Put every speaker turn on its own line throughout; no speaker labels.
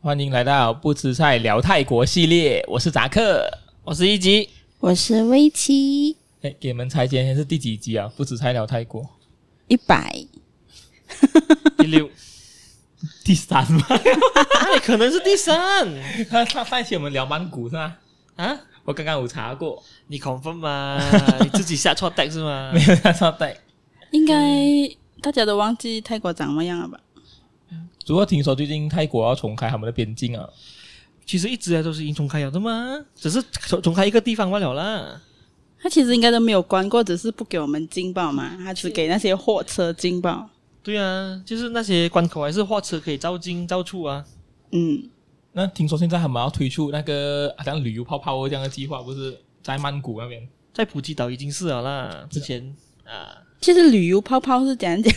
欢迎来到不吃菜聊泰国系列，我是扎克。
我是一级，
我是薇琪，
哎，给你们猜今天是第几集啊？不吃菜聊泰国
一百
第六，
第三吗？
那哎可能是第三
他上上一期我们聊曼谷是吧？
啊？
我刚刚有查过，
你 confirm 吗？你自己下错 deck 是吗？
没有他说对。
应该
嗯
大家都忘记泰国长什么样了吧？
主要听说最近泰国要重开他们的边境啊，
其实一直啊都是已经重开了的嘛，只是重重开一个地方罢了啦。
他其实应该都没有关过，只是不给我们劲爆嘛，他只给那些货车劲爆。
对啊，就是那些关口还是货车可以照进照出啊。
嗯，
那听说现在他们要推出那个啊好像旅游泡泡这样的计划，不是在曼谷那边？
在普吉岛已经是了啦，之前啊
其实旅游泡泡是怎样讲？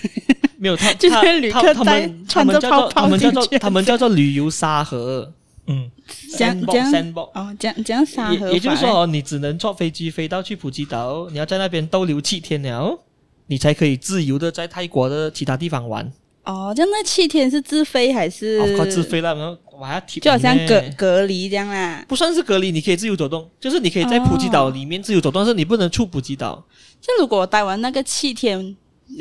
没有 他，
就是
他
旅
他
客
他
在
们他
穿
们
着
叫做
泡泡
他们叫
进
做
去
他们叫做旅游沙盒，
嗯，
讲讲
sandbox。
哦，讲讲沙河
也也就是说，你只能坐飞机飞到去普吉岛，你要在那边逗留七天了，你才可以自由的在泰国的其他地方玩。
哦，这样那七天是自费还是？
啊，靠，自嗯费啦，然后我还要提，
就好像隔隔离这样啦。
不算是隔离，你可以自由走动，就是你可以在普吉岛里面自由走动，但是你不能出普吉岛
就如果我待完那个七天，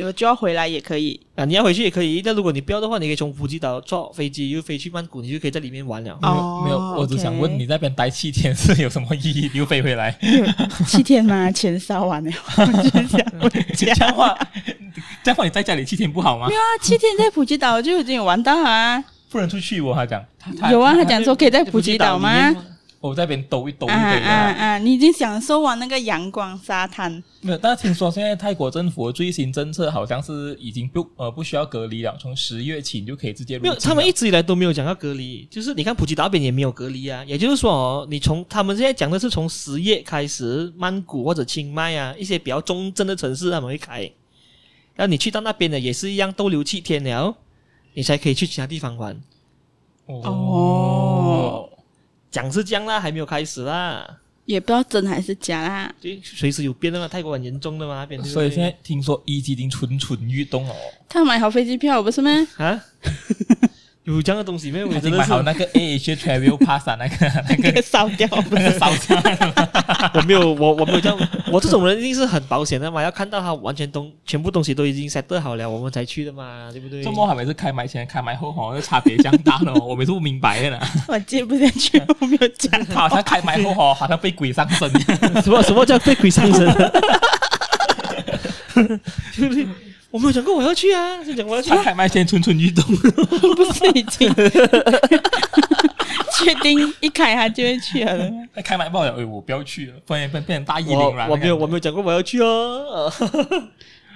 我就要回来也可以。
啊。你要回去也可以，但如果你不要的话，你可以从普吉岛坐飞机又飞去曼谷，你就可以在里面玩了。
没有、
哦
没有，我只想问
OK
你那边待七天是有什么意义？又飞回来？
七天 嘛，钱烧完了，我就想 回
这
家。
样话，这样话你在家里七天不好吗
没？有啊，七天在普吉岛就已经有玩到啊，
不能出去哦，他讲。他
有啊，他讲说可以在普吉岛
岛
吗
里？面？
我在那边抖一抖就
啊
可以了。
啊啊！你已经享受完那个阳光沙滩，
没有，但是听说现在泰国政府的最新政策好像是已经不呃不需要隔离了，从十月起你就可以直接入
没
境
有，
了。
他们一直以来都没有讲要隔离，就是你看普吉岛那边也没有隔离啊。也就是说、哦，你从他们现在讲的是从十月开始，曼谷或者清迈啊一些比较中正的城市他们会开，然后你去到那边的也是一样逗留七天了，你才可以去其他地方玩。
哦
讲是这样啦，还没有开始啦，
也不知道真还是假啦。
就随时有变的嘛，泰国很严重的嘛，那边对不对
所以现在听说一级已经蠢蠢欲动了哦，
他买好飞机票不是吗？
啊， 有这样的东西没有？
他
我
已 经
真的
买
是
好那个 A H Travel Pass 啊，那个 那个
烧掉
那个烧香。
我没有，我我没有这样，我这种人一定是很保险的嘛，要看到他完全东全部东西都已经 set 好了，我们才去的嘛，对不对
周？末还每次开麦前、开麦后好像差别相当的哦，我每次不明白的呢。
我接不下去，我没有讲。
他好像开麦后哦，好像被鬼上身。
什么什么叫被 鬼上身？对不对？我没有讲过我要去啊，是讲我要去
他开麦前蠢蠢欲动，
不是已经 确定一开他就会去了的吗？
他开麦爆了，哎，我不要去了，不然变变成大一零
我
了。
我没有
那个
我没有讲过我要去 哦。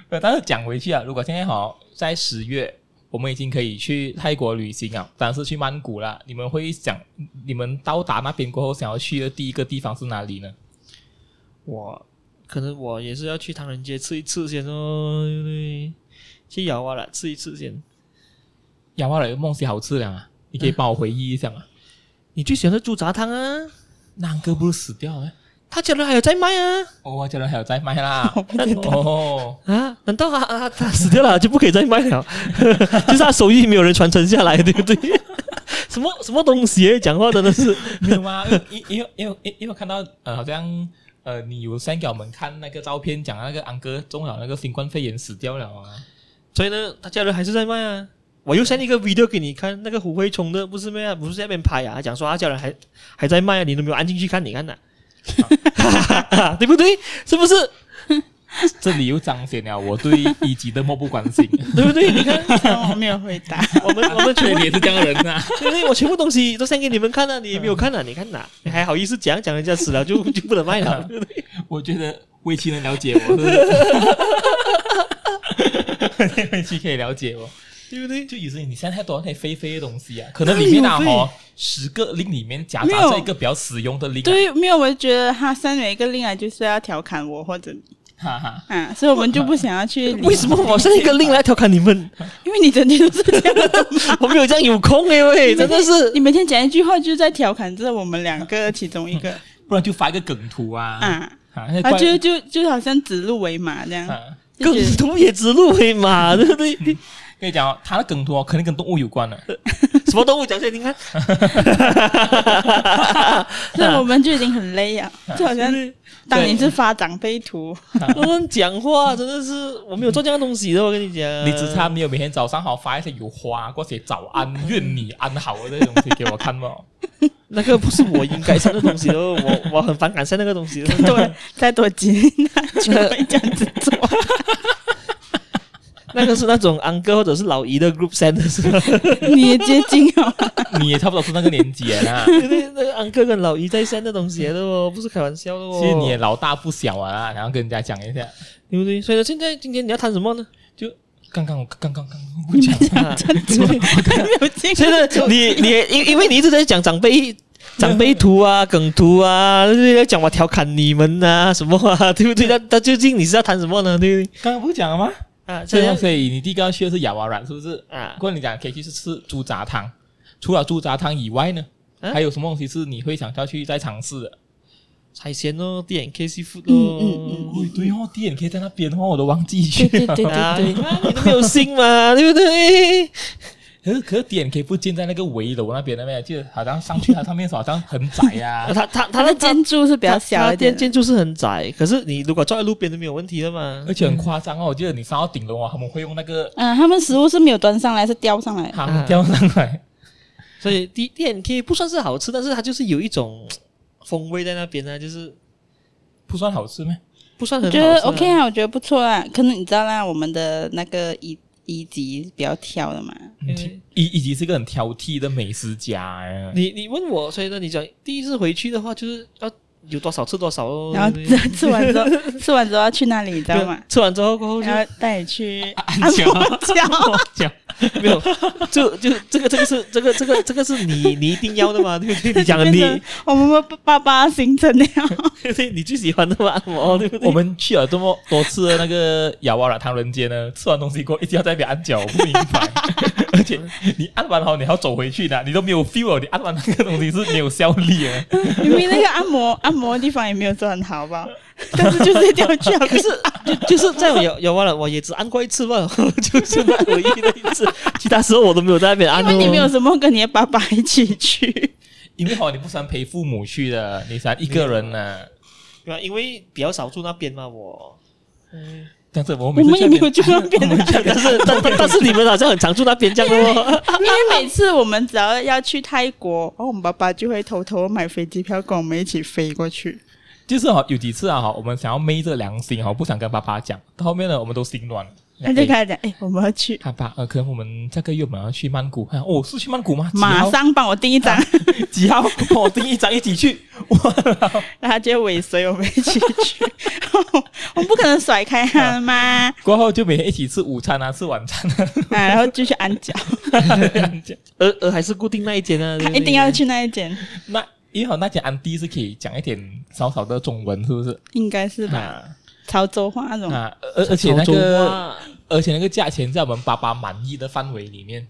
呃，但是讲回去啊，如果现在好在十月，我们已经可以去泰国旅行啊，当然是去曼谷啦。你们会想，你们到达那边过后，想要去的第一个地方是哪里呢？
我可能我也是要去唐人街吃一次先哦，对不对？去咬啊了，吃一次先。
亚瓦的梦西好吃了啊，你可以帮我回忆一下吗？
你最喜欢的猪杂汤啊？
那哥不是死掉了、
他家人还有在卖啊？
哦，家人还有在卖 啦。
我不知道。
哦，
啊？难道他他他死掉了就不可以再卖了？ 就是他手艺没有人传承下来，对 不对？什么什么东西？讲话真的是
没有吗？因因因为因为因为我看到呃，好像呃，你有先给我们看那个照片，讲那个呃安哥中了那个新冠肺炎死掉了啊。
所以呢，他家人还是在卖啊。我又 send 一个 video 给你看，那个胡慧冲的不是咩啊？不是在那边拍啊，他讲说他家人还还在卖啊，你都没有按进去看，你看呐、 对不对？是不是？
这里又彰显了我对一级的漠不关心。
对不对？你看，
我没有回答。
我们我们全
对，
部
你也是这样的人啊。
对不对？我全部东西都献给你们看了、你也没有看啊，你看哪？你还好意思讲讲人家死了就就不能卖了？对不对
我觉得魏七能了 解我，是不是魏七可以了解我。
对不对？
就有时你现在太多那些飞飞的东西啊，可能里面啊
哪里有
哦，十个令里面夹
没
杂
有
着一个比较实用的令、啊，
对，没有，我就觉得他三每一个令来就是要调侃我或者你
哈哈。
啊，所以我们就不想要去。
为什么我是一个令来调侃你们？
因为你整天都是这样的，
我没有这样有空哎、喂，真的是
你每天讲一句话就是在调侃着我们两个其中一个
不然就发一个梗图啊，
啊，
啊，那
啊
怪
就就就好像指鹿为马这样，
啊
就觉
梗
得
图也指鹿为马，对不对？
跟你讲哦，它的梗图哦，肯定跟动物有关的。
什么动物讲出来 听看？ 啊
所以我们就已经很累啊，就好像当你是发长辈图，
乱讲话，真的是我没有做这样的东西的，我跟你讲。
你只差没有每天早上好发一些有花或者早安、愿你安好的这种东西给我看 哦。
那个不是我应该唱的东西 的，我我很反感晒那个东西的。
对，再多几年他就会这样子做。
那个是那种安哥或者是老姨的 group send 的是吧？
你也接近 哦，
你也差不多是那个年纪了啦，
对对，那个安哥跟老姨在 send 的东西来的哦，不是开玩笑的哦。
其实你也老大不小了啦，然后跟人家讲一下。
对不对？所以呢，现在今天你要谈什么呢？
刚刚我刚刚刚刚我 讲，
啊
有近
现在你你因因为你一直在讲长辈长辈图啊、梗图啊，就是在讲我调侃你们啊什么啊， 对不对？那那究竟你是要谈什么呢？对不对？
刚刚不是讲了吗？
啊，这
对啊，
样
所以你第一个要去的是亚瓦软，是不是？
啊
不，
嗯
过你讲可以去吃猪杂汤，除了猪杂汤以外呢，
啊
还有什么东西是你会想要去再尝试的？
海鲜哦，D N K C food
嗯嗯嗯
哦。
哦，对哦，地点可以在那边的话，我都忘记去
对
了
对。对
啊，你看你都没有心嘛，对不对？
可是可是点可以不建在那个围楼那边的咩？记得好像上去它上面好像很窄呀、
啊 他他
它
他
的
的
建筑是比较小一点
建
的，
建筑是很窄，可是你如果坐在路边都没有问题的嘛
而。且很夸张哦。我记得你上到顶楼啊，他们会用那个
嗯，他们食物是没有端上来，是吊上
嗯
来的。
汤吊上来。
所以 D D N K 不算是好吃，但是它就是有一种风味在那边呢、就是
不算好吃咩？
不算
我
很好
觉
吃啊、
得 OK 啊，我觉得不错啊。可能你知道啦，我们的那个一一级比较挑的嘛，
嗯挺以以及是一个很挑剔的美食家哎。
你你问我，所以呢，你讲第一次回去的话，就是要有多少吃多少哦。
然后
对不对
吃完之后，吃完之后要去那里，你知道吗？
吃完之后过后就
然后带你去按
按脚
摩脚，
没有，就就这个这个是这个这个这个是你你一定要的嘛，对不对？你讲的
变
你
成我们爸爸行程了。
对不对你最喜欢的嘛，按摩对不对？
我们去了这么多次的那个亚瓦拉唐人街呢，吃完东西过后一定要在那边按脚，我不明 白。而且你按完后你还要走回去呢，你都没有 feel，你按完那个东西是没有效力的。
明明那个按摩按摩的地方也没有做很好吧， 但是就是一定要去啊。
可是就就是在我有有忘了，我也只按过一次吧，就是那唯一的一次，其他时候我都没有在那边按
因
哦。
为你没有什么跟你的爸爸一起去，
因为好，你不喜欢陪父母去的，你喜欢一个人呢。
对啊，因为比较少住那边嘛，我。嗯
但是我
我
每次
们
去
也
那
没
边
有去那 边啊。
但是但但但是你们好像很常住那边这样的哦。
因为每次我们只要要去泰国，然后我们爸爸就会偷偷买飞机票跟我们一起飞过去。
就是哈、有几次啊哈，我们想要昧着良心哈、不想跟爸爸讲，到后面呢，我们都心软了。
他就跟他讲：“哎、我们要去，
他爸呃，可能我们下个月我们要去曼谷，他讲哦，是去曼谷吗？几号
马上帮我订一张。
几号？ 帮我订一张一起去。
然后他就尾随我们一起去。 我们不可能甩开他嘛，啊，
过后就每天一起吃午餐啊，吃晚餐啊，
然后就去按脚，
这
嗯
样讲。
而而还是固定那一间啊，对
他
不
一
对
定要去那一间，
那因为好，那家安迪是可以讲一点少少的中文，是不是？
应该是吧？
啊
潮州话那种，
啊，而而且那
潮州
个，
话
而且那个价钱在我们爸爸满意的范围里面。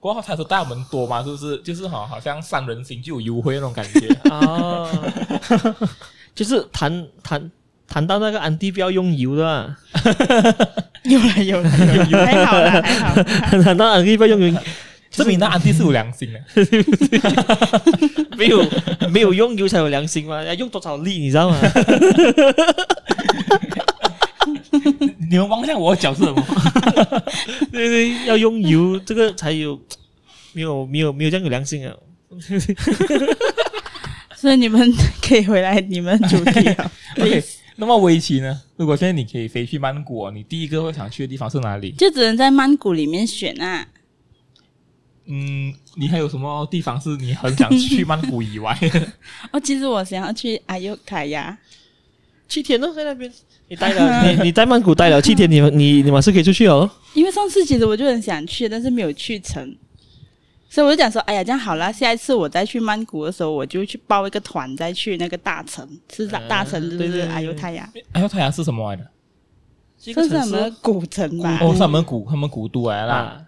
过后他说带我们多嘛，是不是？就是好，好像三人行就有优惠那种感 觉。
哦， 就是谈谈谈到那个安迪不要用油的、 啊，
有了有了有了，还好啦还好。
谈到安迪不要用油，
证 明那安迪是有良心的。
没有没有用油才有良心嘛，要用多少力你知 道吗？
你们忘掉我讲是什么？
对对，要用油这个才有，没有没有没有这样有良心啊。
所以你们可以回来你们主题啊了。
OK，那么围棋呢？如果现在你可以飞去曼谷、哦，你第一个会想去的地方是哪里？
就只能在曼谷里面选啊。
嗯，你还有什么地方是你很想去曼谷以外？
哦，其实我想要去阿尤卡亚，
七天呢，在那边你待 了，你你在曼谷待了七天，你你你马上可以出去哦。
因为上次其实我就很想去，但是没有去成，所以我就讲说，哎呀，这样好啦，下一次我再去曼谷的时候，我就去报一个团，再去那个大城，是大
嗯
大城，是不
对
是
对对
阿尤卡亚？
还有太阳是什么来的？
这
这是什么古城吧？
哦，是他们古他们古都来的啦。
啊？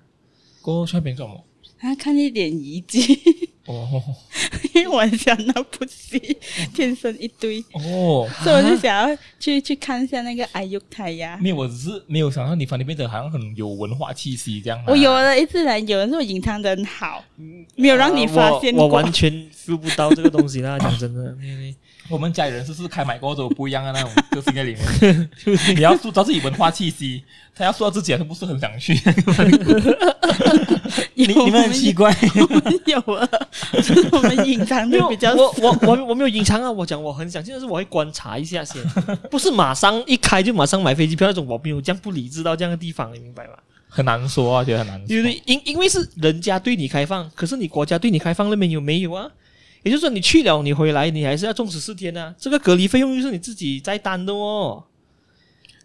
过后去那边做什么？
啊，看一点遗迹，
哦
因为我很喜欢那部戏，天生一堆，
哦，
所以我就想要去去看一下那个哎呦台呀。
没有，我只是没有想到你反正变得好像很有文化气息这样啊。
我有了一次来，有人说我隐藏的很好，没有让你发现
呃我我
过。
完全 feel 不到这个东西啦，讲真的，
我们家里人是不是开买过都不一样的那种个性在里面？ 你要塑造自己文化气息，他要塑造自己，他不是很想 去。
有
你你们很奇怪，
我们有啊，就是我们隐藏
没
的
有，
比较
我我我我没有隐藏啊，我讲我很想，就是我会观察一 下先，不是马上一开就马上买飞机票那种，我没有这样不理智到这样的地方，你明白吗？
很难说啊，觉得很难说。
对不对？因因为是人家对你开放，可是你国家对你开放了没有？没有啊。也就是说，你去了，你回来，你还是要中十四天啊。这个隔离费用又是你自己在担的哦。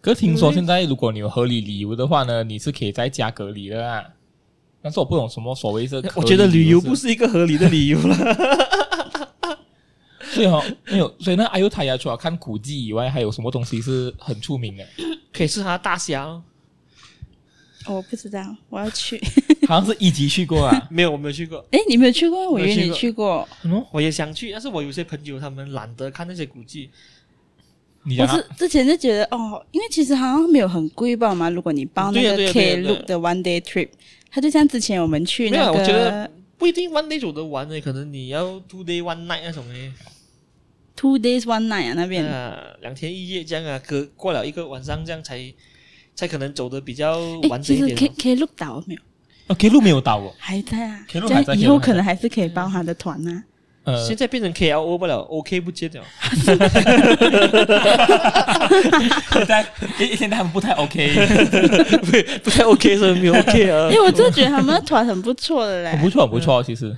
可是听说现在如果你有合理理由的话呢，你是可以在家隔离的啊。但是我不懂什么所谓是，
我觉得旅游不，是一个合理的理由了。
所以哦，没有，所以那阿尤塔亚除了看古迹以外，还有什么东西是很出名 的？
可以吃他的大虾哦，。
哦我不知道，我要去。
好像是一级去过啊
没有，我没有去过，
哎，你没有去过？我以为
没有去
你
过
去过。
嗯，
我也想去，但是我有些朋友他们懒得看那些古迹，
你
我
讲啊
是之前就觉得哦，因为其实好像没有很贵吧嘛。如果你报那
对呀
个
对呀啊对呀
K
对呀
Look 的 One Day Trip，它就像之前我们去
没有
那
我觉得
个
不一定 one day 走得完的，可能你要 two day one night 那种诶，
Two Days One Night 啊那边，
啊，两天一夜这样啊，隔过了一个晚上这样才才可能走得比较
哎，
完整
其
一
实
点
K
咯。
K Look 倒了没有？
哦，K 路没有到哦。
还在啊，
Klook
这
还在
样以
Klook
后
还
可能还是可以包他的团啊。
呃，
现在变成 KLO 不了，OK 不接 了。
现在现现在他们不太 OK，
不太 OK 是没有 OK 啊
因为我真的觉得他们的团很不错的
很
嘞。
不错，很不错。其实，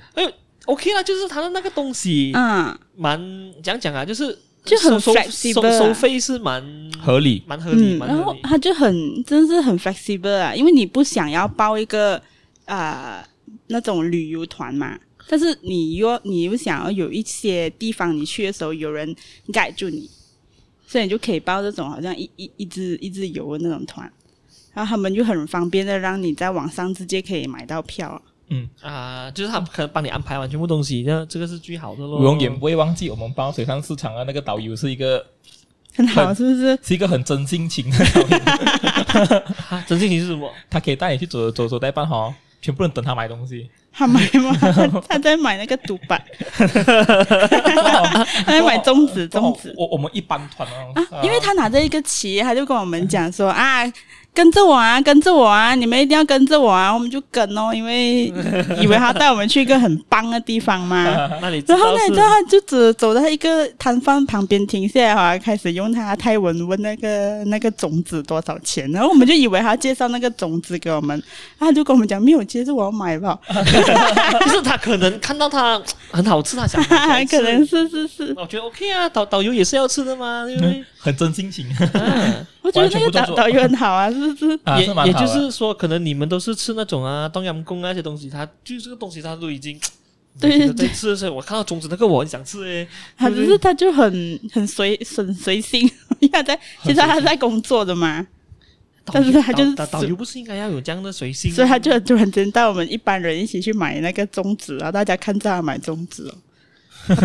，OK 啦，就是他的那个东西
嗯，
蛮讲讲啊，就是
就很
收收
flexible
收
啊
收费是蛮
合理。
蛮合理，
嗯，
蛮
然
合
后
理。
他就很真是很 flexible 啊，因为你不想要报一个啊、呃那种旅游团嘛，但是你又你又想要有一些地方你去的时候有人盖住你，所以你就可以报这种好像一一一直一直游的那种团，然后他们就很方便的让你在网上直接可以买到票啊。
啊，就是他可能帮你安排完全部东西，那这个是最好的咯。
永远不会忘记我们帮水上市场的那个导游是一个
很好，
很
是不是？
是一个很真性情的 导游，
啊，真性情是什么？
他可以带你去走走走代办哈，全部人等他买东西。
他买吗？他 他在买那个独 板，他在买粽子，
刚好
粽子。
哦我我们一般团
哦
哦
啊，因为他拿着一个旗，他就跟我们讲说 啊，跟着我啊，跟着我啊，你们一定要跟着我啊，我们就跟哦，因 为以为他带我们去一个很棒的地方嘛。
那你知
然后
道
呢，
是
你啊知道他就走走到一个摊贩旁边停下来，好像开始用他泰文问那个那个种子多少钱，然后我们就以为他介绍那个种子给我们，他就跟我们讲没有，其实我要买 吧，
就是他可能看到它很好吃，他想
哈哈
买起
可
来吃
能啊是是是，
我觉得 OK 啊，导导游也是要吃的嘛，对不对？
很真性情
啊
我觉得
完
那
全不动
个导
作
导游很好啊，是不是？
啊，
也
是蛮
也
好的
就是说，可能你们都是吃那种啊东阳宫啊那些东西，他就是这个东西他都已经
对
每天都
对
在吃的时候，我看到粽子那个我很想吃哎诶、
他只是他就很很随很随性，因为他在其实他在工作的嘛，
导游
但是他就是
导导导游不是应该要有这样的随性吗，
所以他就突然间带我们一般人一起去买那个粽子，然后大家看着他买粽子哦。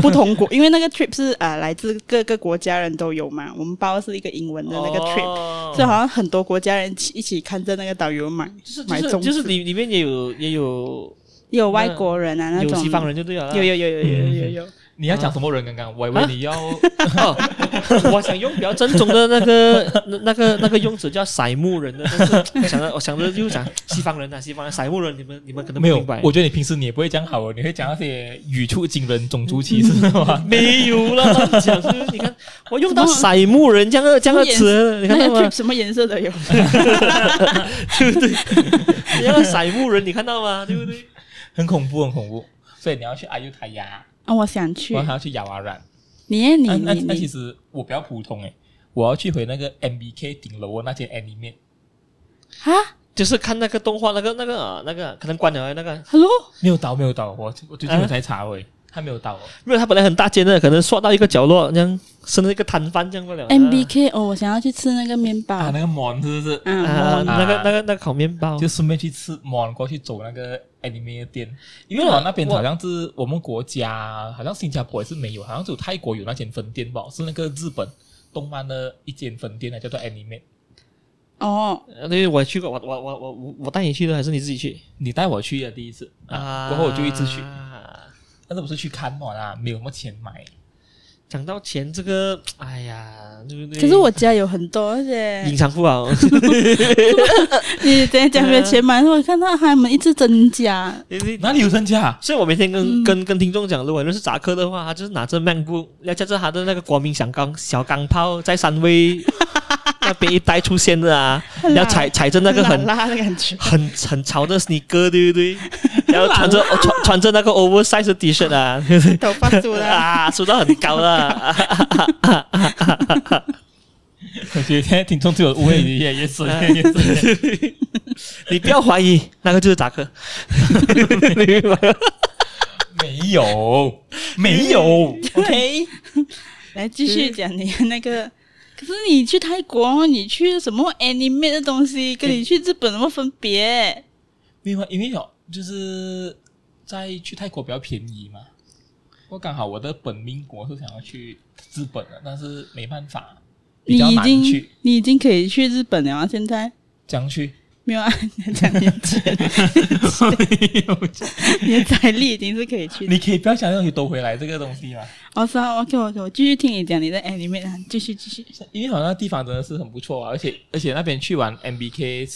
不同国，因为那个 trip 是啊、呃来自各个国家人都有嘛。我们包的是一个英文的那个 trip，、
哦
所以好像很多国家人一起一起看着那个导游买，
就是
买
就
粽
是
子
就是里里面也有也有
也有外国人啊那
有
种，
西方人就对了啦，
有有有有有有有有，
你要讲什么人？刚
啊
刚我以为你要
哦，我想用比较正宗的那个、那那个、那个用词叫“塞木人”的，但是想着我想着就想西方人啊，西方人塞木人，你们你们可能不
没有
明白，，。
我觉得你平时你也不会讲好哦，你会讲那些语出惊人、种族歧视的话
嗯
没有了，乱讲就是你看我用到“塞木人”这样的这样的词，你看
那
到
个 trip
吗？
什么颜色都有。
对不对？你要塞木人，你看到吗？对不对？
很恐怖，很恐怖。所以你要去阿尤塔亚，
啊，我想去
我，还要去雅瓦然。
你耶你
那那
你
那其
你，
实我比较普通诶，我要去回那个 MBK 顶楼那间 anime。
啊
就是看那个动画，那个那个啊，那个可能关了那个
，hello，
没有倒，没有倒，我我最近有在查喂、他没有倒哦。
没有，它本来很大间的，可能刷到一个角落，这样伸了一个摊贩这样不了的。
MBK 哦，我想要去吃那个面包，
呃啊，那个呃 mon 是不是？
嗯，
啊，
我
那个那个那个烤面包，
就顺便去吃 mon 过去走那个 anime 的店，因为
没有啊
我那边
我
好像是我们国家，好像新加坡也是没有，好像只有泰国有那间分店吧，是那个日本动漫的一间分店啊，叫做 anime。
哦，
呃对，我去过，我我我我我我带你去的，还是你自己去
你带我去的第一次啊，过后我就一直去，但是不是去看 mon 啊，没有什么钱买。
讲到钱这个，哎呀，对不对？
可是我家有很多耶，
隐藏 富豪，
你等一下讲没有钱买，我看到他们一直增加，
哪里有增加啊？
所以我每天跟、
嗯
跟跟听众讲，如果你是扎克的话，他就是拿着 m a 要加着他的那个国民小钢小钢炮，在三威那边一带出现的 啊，要踩踩着那个很
拉拉的感觉。
很很潮的 sneaker，对不对？ 然后穿着穿穿着那个 oversize 的 T 恤 啊，对不对
头发 梳了，
啊，梳到很高了啊，
我觉得现在听众对我的误 会越来越深，越来越深。
你不要怀疑，那个就是扎克，你明白吗？
没有， 没有，OK。
来继续讲你那个。可是你去泰国，你去什么 anime 的东西，跟你去日本有什么分别？
另外，因为有就是在去泰国比较便宜嘛。我刚好我的本命国是想要去日本的，但是没办法，
你
比较
已
难
经
去。
你已经可以去日本了啊！现在
将 去，
没有啊，两年前，你的财力已经是可以去的。
你可以不要想让你兜回来这个东西嘛，
我说 OK OK，我继啊续听你讲你的 anime 啊，继续继续。
因为好像地方真的是很不错啊，而且而且那边去完 MBK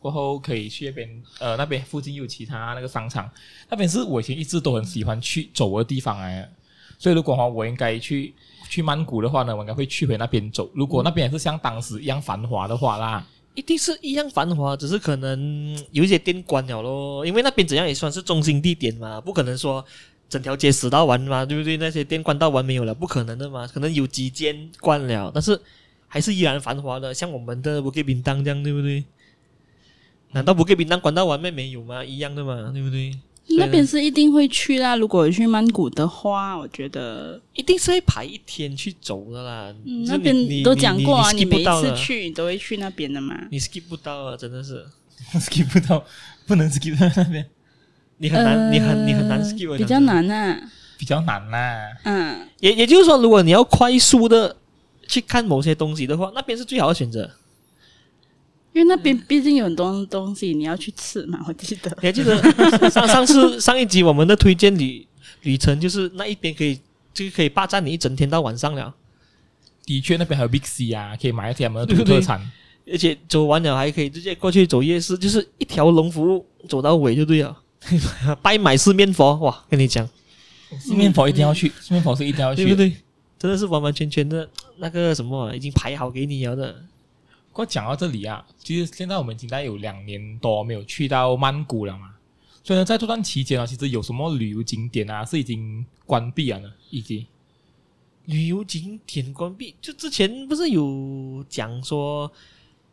过后，可以去那边呃那边附近有其他那个商场，那边是我以前一直都很喜欢去走的地方来的，所以如果哈我应该去去曼谷的话呢，我应该会去回那边走。如果那边也是像当时一样繁华的话啦，
一定是一样繁华，只是可能嗯有一些店关了咯，因为那边怎样也算是中心地点嘛，不可能说整条街死到完嘛，对不对？那些店关到完没有了，不可能的嘛，可能有几间关了，但是还是依然繁华的，像我们的不给饼当这样，对不对？难道不给饼当关到完没没有吗？一样的嘛，对不对？所以呢
那边是一定会去啦，如果去曼谷的话，我觉得
一定是会排一天去走的啦。
嗯，
就是
那
你
边都讲过啊，
你 skip
你
不
每一
到
次
的，
去你都会去那边的嘛。
你 skip 不到啊，真的 是。
skip 不到，不能 skip 到那边，
你很难，你很你很难
呃
skip，我
比
讲
较
真的
难啊。
比较难啦、
嗯，
也也就是说，如果你要快速的去看某些东西的话，那边是最好的选择。
因为那边毕竟有很多东西你要去吃嘛，我记 得。
你还记 得上上次上一集我们的推荐旅旅程，就是那一边可以就可以霸占你一整天到晚上了，
的确，那边还有 Big C 啊，可以买一些他们的
对
土
不对
特产。
而且走完了还可以直接过去走夜市，就是一条龙服务走到尾就对了。 拜买四面佛，哇，跟你讲，
四面佛一定要去，四面佛是一定要去。
对不对？真的是完完全全的那个什么，已经排好给你了的。
不过讲到这里啊，其实现在我们已经大概有两年多没有去到曼谷了嘛，所以呢，在这段期间啊，其实有什么旅游景点啊是已经关闭了呢？已经
旅游景点关闭，就之前不是有讲说，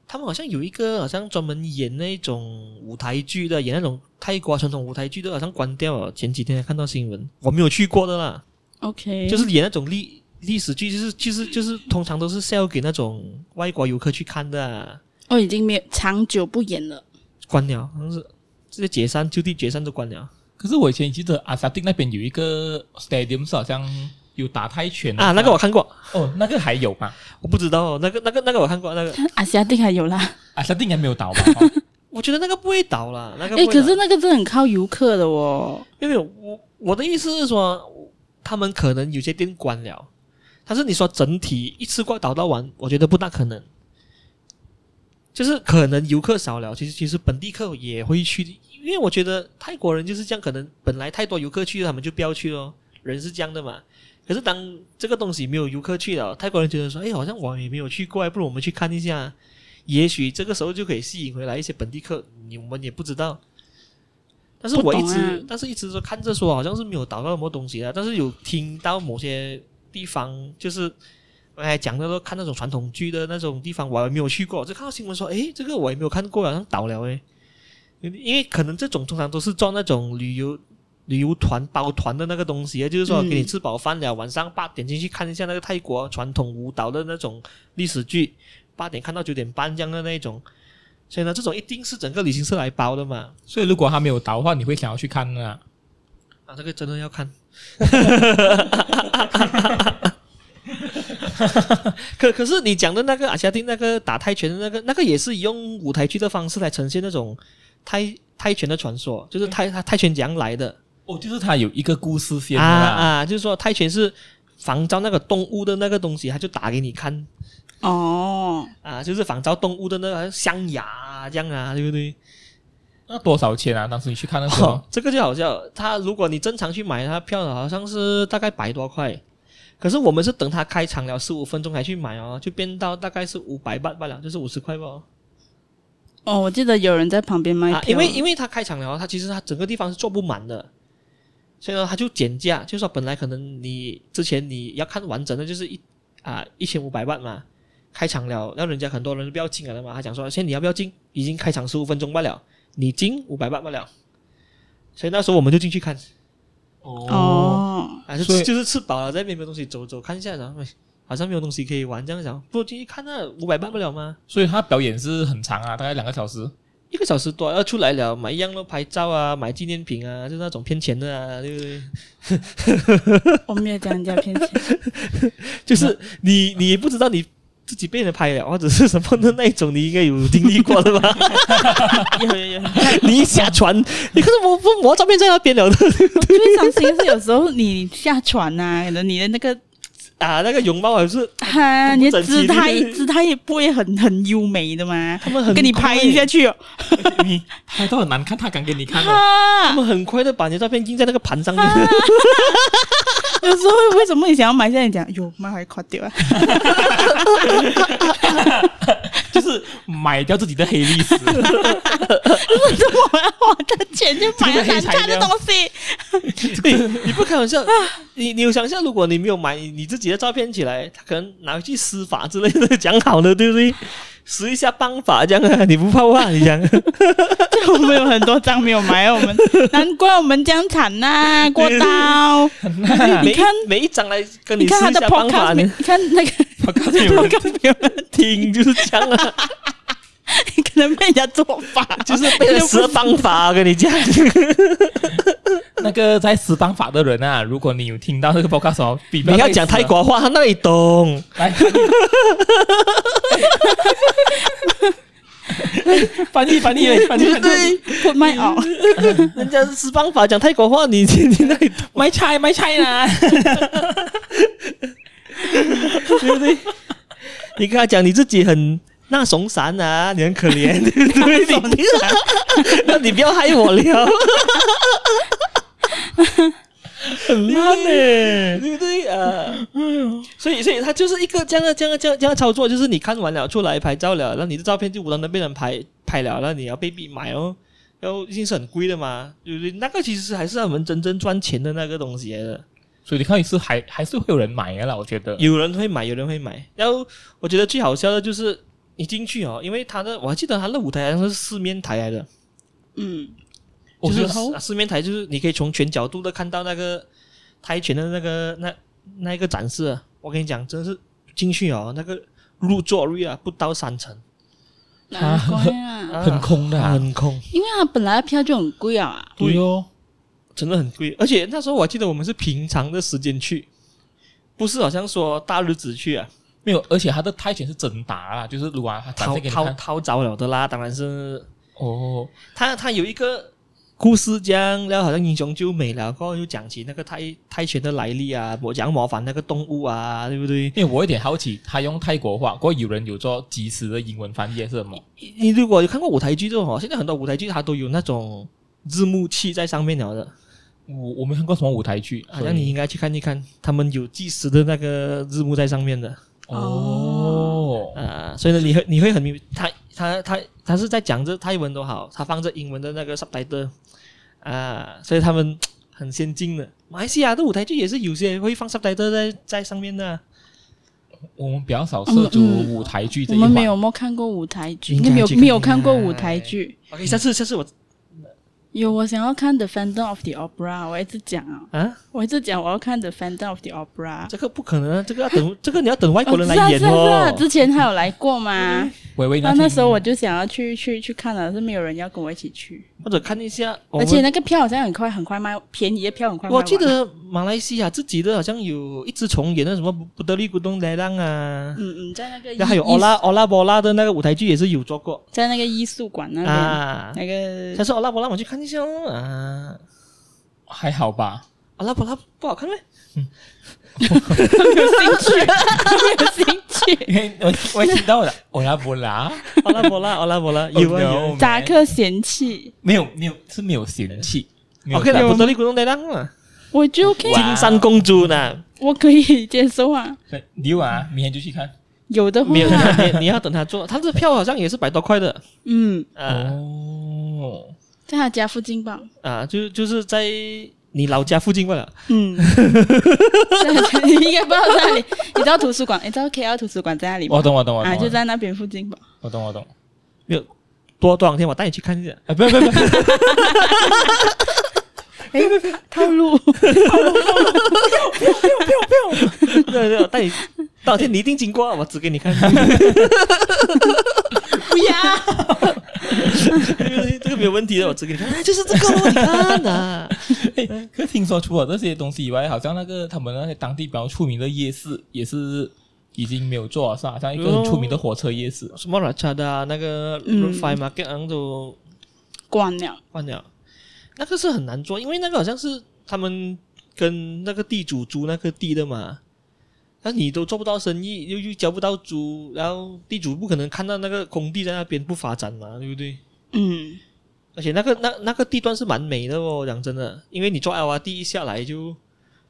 他们好像有一个好像专门演那种舞台剧的，演那种泰国传统舞台剧的，好像关掉了。前几天还看到新闻，我没有去过的啦，
OK，
就是演那种历历史剧，就是就是就是通常都是 sell 给那种外国游客去看的啊、
我哦已经没有长久不演了。
关了，好像是直接解散，就地解散都关了
可是我以前记得阿萨丁那边有一个 stadium 是好像有打泰拳的
啊。那个我看过，
哦，那个还有吗？
我不知道哦那个那个那个我看过那个，
哎阿西亚定还有啦，
阿萨丁应该没有倒吧？ 哦
我觉得那个不会倒啦，那个不
哎，
会
可
倒
是那个是很靠游客的哦。
没有，没有，我我的意思是说，他们可能有些店关了，但是你说整体一次过倒到完，我觉得不大可能。就是可能游客少了，其实其实本地客也会去，因为我觉得泰国人就是这样，可能本来太多游客去了，他们就不要去咯，人是这样的嘛。可是当这个东西没有游客去了，泰国人觉得说，哎，好像我也没有去过，不如我们去看一下，也许这个时候就可以吸引回来一些本地客，你我们也不知道。但是我一
不懂
直，
啊
但是一直说看着说，好像是没有找到什么东西的，啊但是有听到某些地方就是。我还讲到说看那种传统剧的那种地方，我还没有去过，就看到新闻说，诶，这个我也没有看过，好像倒了诶。因为可能这种通常都是做那种旅游旅游团包团的那个东西，就是说
嗯
给你吃饱饭了，晚上八点进去看一下那个泰国传统舞蹈的那种历史剧，八点看到九点半这样的那一种。所以呢，这种一定是整个旅行社来包的嘛。
所以如果他没有倒的话，你会想要去看啊？
啊，这个真的要看。 可可是你讲的那个阿夏丁那个打泰拳的那个，那个也是用舞台剧的方式来呈现那种泰泰拳的传说，就是泰泰拳怎样来的
哦，就是他有一个故事线
啊
的啦。
啊，就是说泰拳是仿照那个动物的那个东西，他就打给你看
哦，
啊，就是仿照动物的那个象牙啊这样啊，对不对？
那多少钱啊？当时你去看那个时候
哦，这个就好笑。他如果你正常去买他票的，好像是大概百多块，可是我们是等他开场了十五分钟才去买哦，就变到大概是五百八罢了，就是五十块吧。
哦，我记得有人在旁边卖票、
啊，因为因为他开场了，他其实他整个地方是坐不满的，所以呢，他就减价，就说本来可能你之前你要看完整的，就是一啊一千五百万嘛，开场了，那人家很多人都不要进来了嘛，他讲说现在你要不要进？已经开场十五分钟罢了，你进五百万罢了，所以那时候我们就进去看。
哦，
啊，就
所以
吃就是吃饱了，在那边没有东西走走看一下，然后哎好像没有东西可以玩，这样想，不如进去看那五百办不了吗？
所以他表演是很长啊，大概两个小时。
一个小时多，要出来了，买一样咯，拍照啊，买纪念品啊，就那种骗钱的啊，对不对？
我没有讲人家骗钱，
就是你你也不知道你自己被人拍了，或者是什么的那一种，你应该有经历过的吧？
有有有，
你一下船，你看我我我照片在那边了的
最伤心是有时候你下船呐、可能你的那个
啊，那个容貌还是
啊，你的姿
不
态
整齐对
姿态也不会很很优美的嘛，
他们很
跟你拍一下去哦，
拍到很难看，他敢给你看的。
快，他
啊，
们很快的把你的照片印在那个盘上面。
啊
有时候为什么你想要买下来讲，哟妈还垮 掉啊，
就是买掉自己的黑历 史。
为什么我要花的钱去 买了难看的东西？
你你不开玩笑，你你有想象，如果你没有买你自己的照片起来，他可能拿回去施法之类的，讲好了，对不对？施一下棒法这样啊，你不怕哇？你讲
我们有很多张没有买，啊 我们难怪我们这样惨呐、过刀。
每
你
一
看
每一张来跟
你
你施
看他
一
的
下棒法，
podcast，没
你
你看 那个 podcast 没有 人
听就是这样啊，
可能被人家做法，
就是被人施棒法，啊我跟你 讲，
那个在死党法的人啊，如果你有听到这个 podcast 哦，比
你要讲泰，国话，他那里 懂。
来翻译翻译翻译翻译，翻译
对，
不卖哦。
人家施棒法讲泰国话，你 你你那里懂
买菜买菜啦！
对不对？你跟他讲你自己很那怂散啊，你很可 怜，对不对？你不要，那你不要害我了，很烂呢、对不对啊？所以，所以他就是一个这样的、这样的、这样的、这样的操作，就是你看完了出来拍照了，然后你的照片就无端端被人拍拍了，然后你要被逼买哦。然后一定是很贵的嘛，对不对？那个其实还是他们真正赚钱的那个东西来的。
所以你看，是还还是会有人买的啊啦，我觉得。
有人会买，有人会买。然后我觉得最好笑的就是你进去哦，因为他的我还记得他的舞台好像是四面台来的，
嗯，
我
就
觉
是
得
四啊四面台，就是你可以从全角度的看到那个泰拳的那个那那一个展示啊。我跟你讲，真的是进去哦，那个入座率啊不到三成，
难怪啊，
啊
很空的啊
很空，
因为它本来票就很贵啊。
对哦，
真的很贵。而且那时候我还记得我们是平常的时间去，不是好像说大日子去啊。
没有，而且他的泰拳是真打啦，就是如果他展
掏
现给你
掏
看，
掏着了的啦，当然是
哦，
他他有一个故事讲，然后好像英雄救美了，过后又讲起那个泰泰拳的来历啊，我讲模仿那个动物啊，对不对？
因为我有点好奇，他用泰国话，不过有人有做即时的英文翻译还是什么？
你你如果有看过舞台剧这种哦，现在很多舞台剧它都有那种字幕器在上面了的，
我我没看过什么舞台剧，
好像啊你应该去看一看，他们有计时的那个字幕在上面的
所以哦，
啊，所以呢，你会你会很明，他他他他是在讲这泰文都好，他放着英文的那个 subtitle 啊，所以他们很先进的。马来西亚的舞台剧也是有些会放 subtitle 在在上面的啊、
我们比较少涉足舞台剧这
我
一环
们没有没有看过舞台剧，
应
应
该
该没有
去看
没有看过舞台剧。
OK，下次下次我
有我想要看《The Phantom of the Opera》，我一直讲啊、
啊？
我一直讲我要看《The Phantom of the Opera》
这个不可能啊，这个要 等这个你要等外国
哦。
人
是啊
来演
是啊是啊
哦。
之前他有来 过嘛？
微微那
然后那时候
天
我就想要去去去看了，是没有人要跟我一起去，
或者看一下，我
而且
们
那个票好像很快很快卖，便宜的票很快卖
我
完。
记得马来西亚自己的好像有一支重演的什么不得力咕咚来浪啊，
嗯嗯，在那个
然后还有
艺
欧拉欧拉博拉的那个舞台剧也是有做过
在那个艺术馆那边、
啊。
那个
他说欧拉博拉，我去看一下哦啊。
还好吧？
欧拉博拉不好看 咩？
没有兴趣，没有兴 趣。
因为我我听到了，欧拉伯拉
欧拉博拉欧拉博 拉有啊有啊。
扎克嫌弃，
没有没有是没有嫌弃。没有
OK
嫌
啦，
弃
不得力咕咚来浪啊，
我就 OK，
哇
金山公主呢？
我可以接受啊。
你有啊，明天就去看。
有的话
没，有，你你 要等他做，他这票好像也是百多块的，
嗯，
啊
哦，
在他家附近吧。
啊，就就是在你老家附近罢了。
嗯，在他家你应该不知道在哪里。你知道图书馆？你知道 KL 图书馆在哪里吗？
我懂我懂我
啊，
懂，
就在那边附近吧。
我懂我懂。
多多两天我带你去看一下。
啊，不要不要不要，
哎，套路，
对对，我带你，当天你一定经过，啊我指给你看。
不要。
这个没有问题的，我指给 你看。哎就是这个咯，你看啊呐，
哎可是听说除了这些东西以外，好像那个他们那些当地比较出名的夜市也是已经没有做了，是吧？像一个很出名的火车夜市，
什么拉茶的那个
嗯
Road Five Market 然后都
关了，
换了，那个是很难做，因为那个好像是他们跟那个地主租那个地的嘛。那你都做不到生意，又又交不到租，然后地主不可能看到那个空地在那边不发展嘛，对不对？
嗯，
而且那个那那个地段是蛮美的哦，讲真的，因为你坐 L R D 一下来就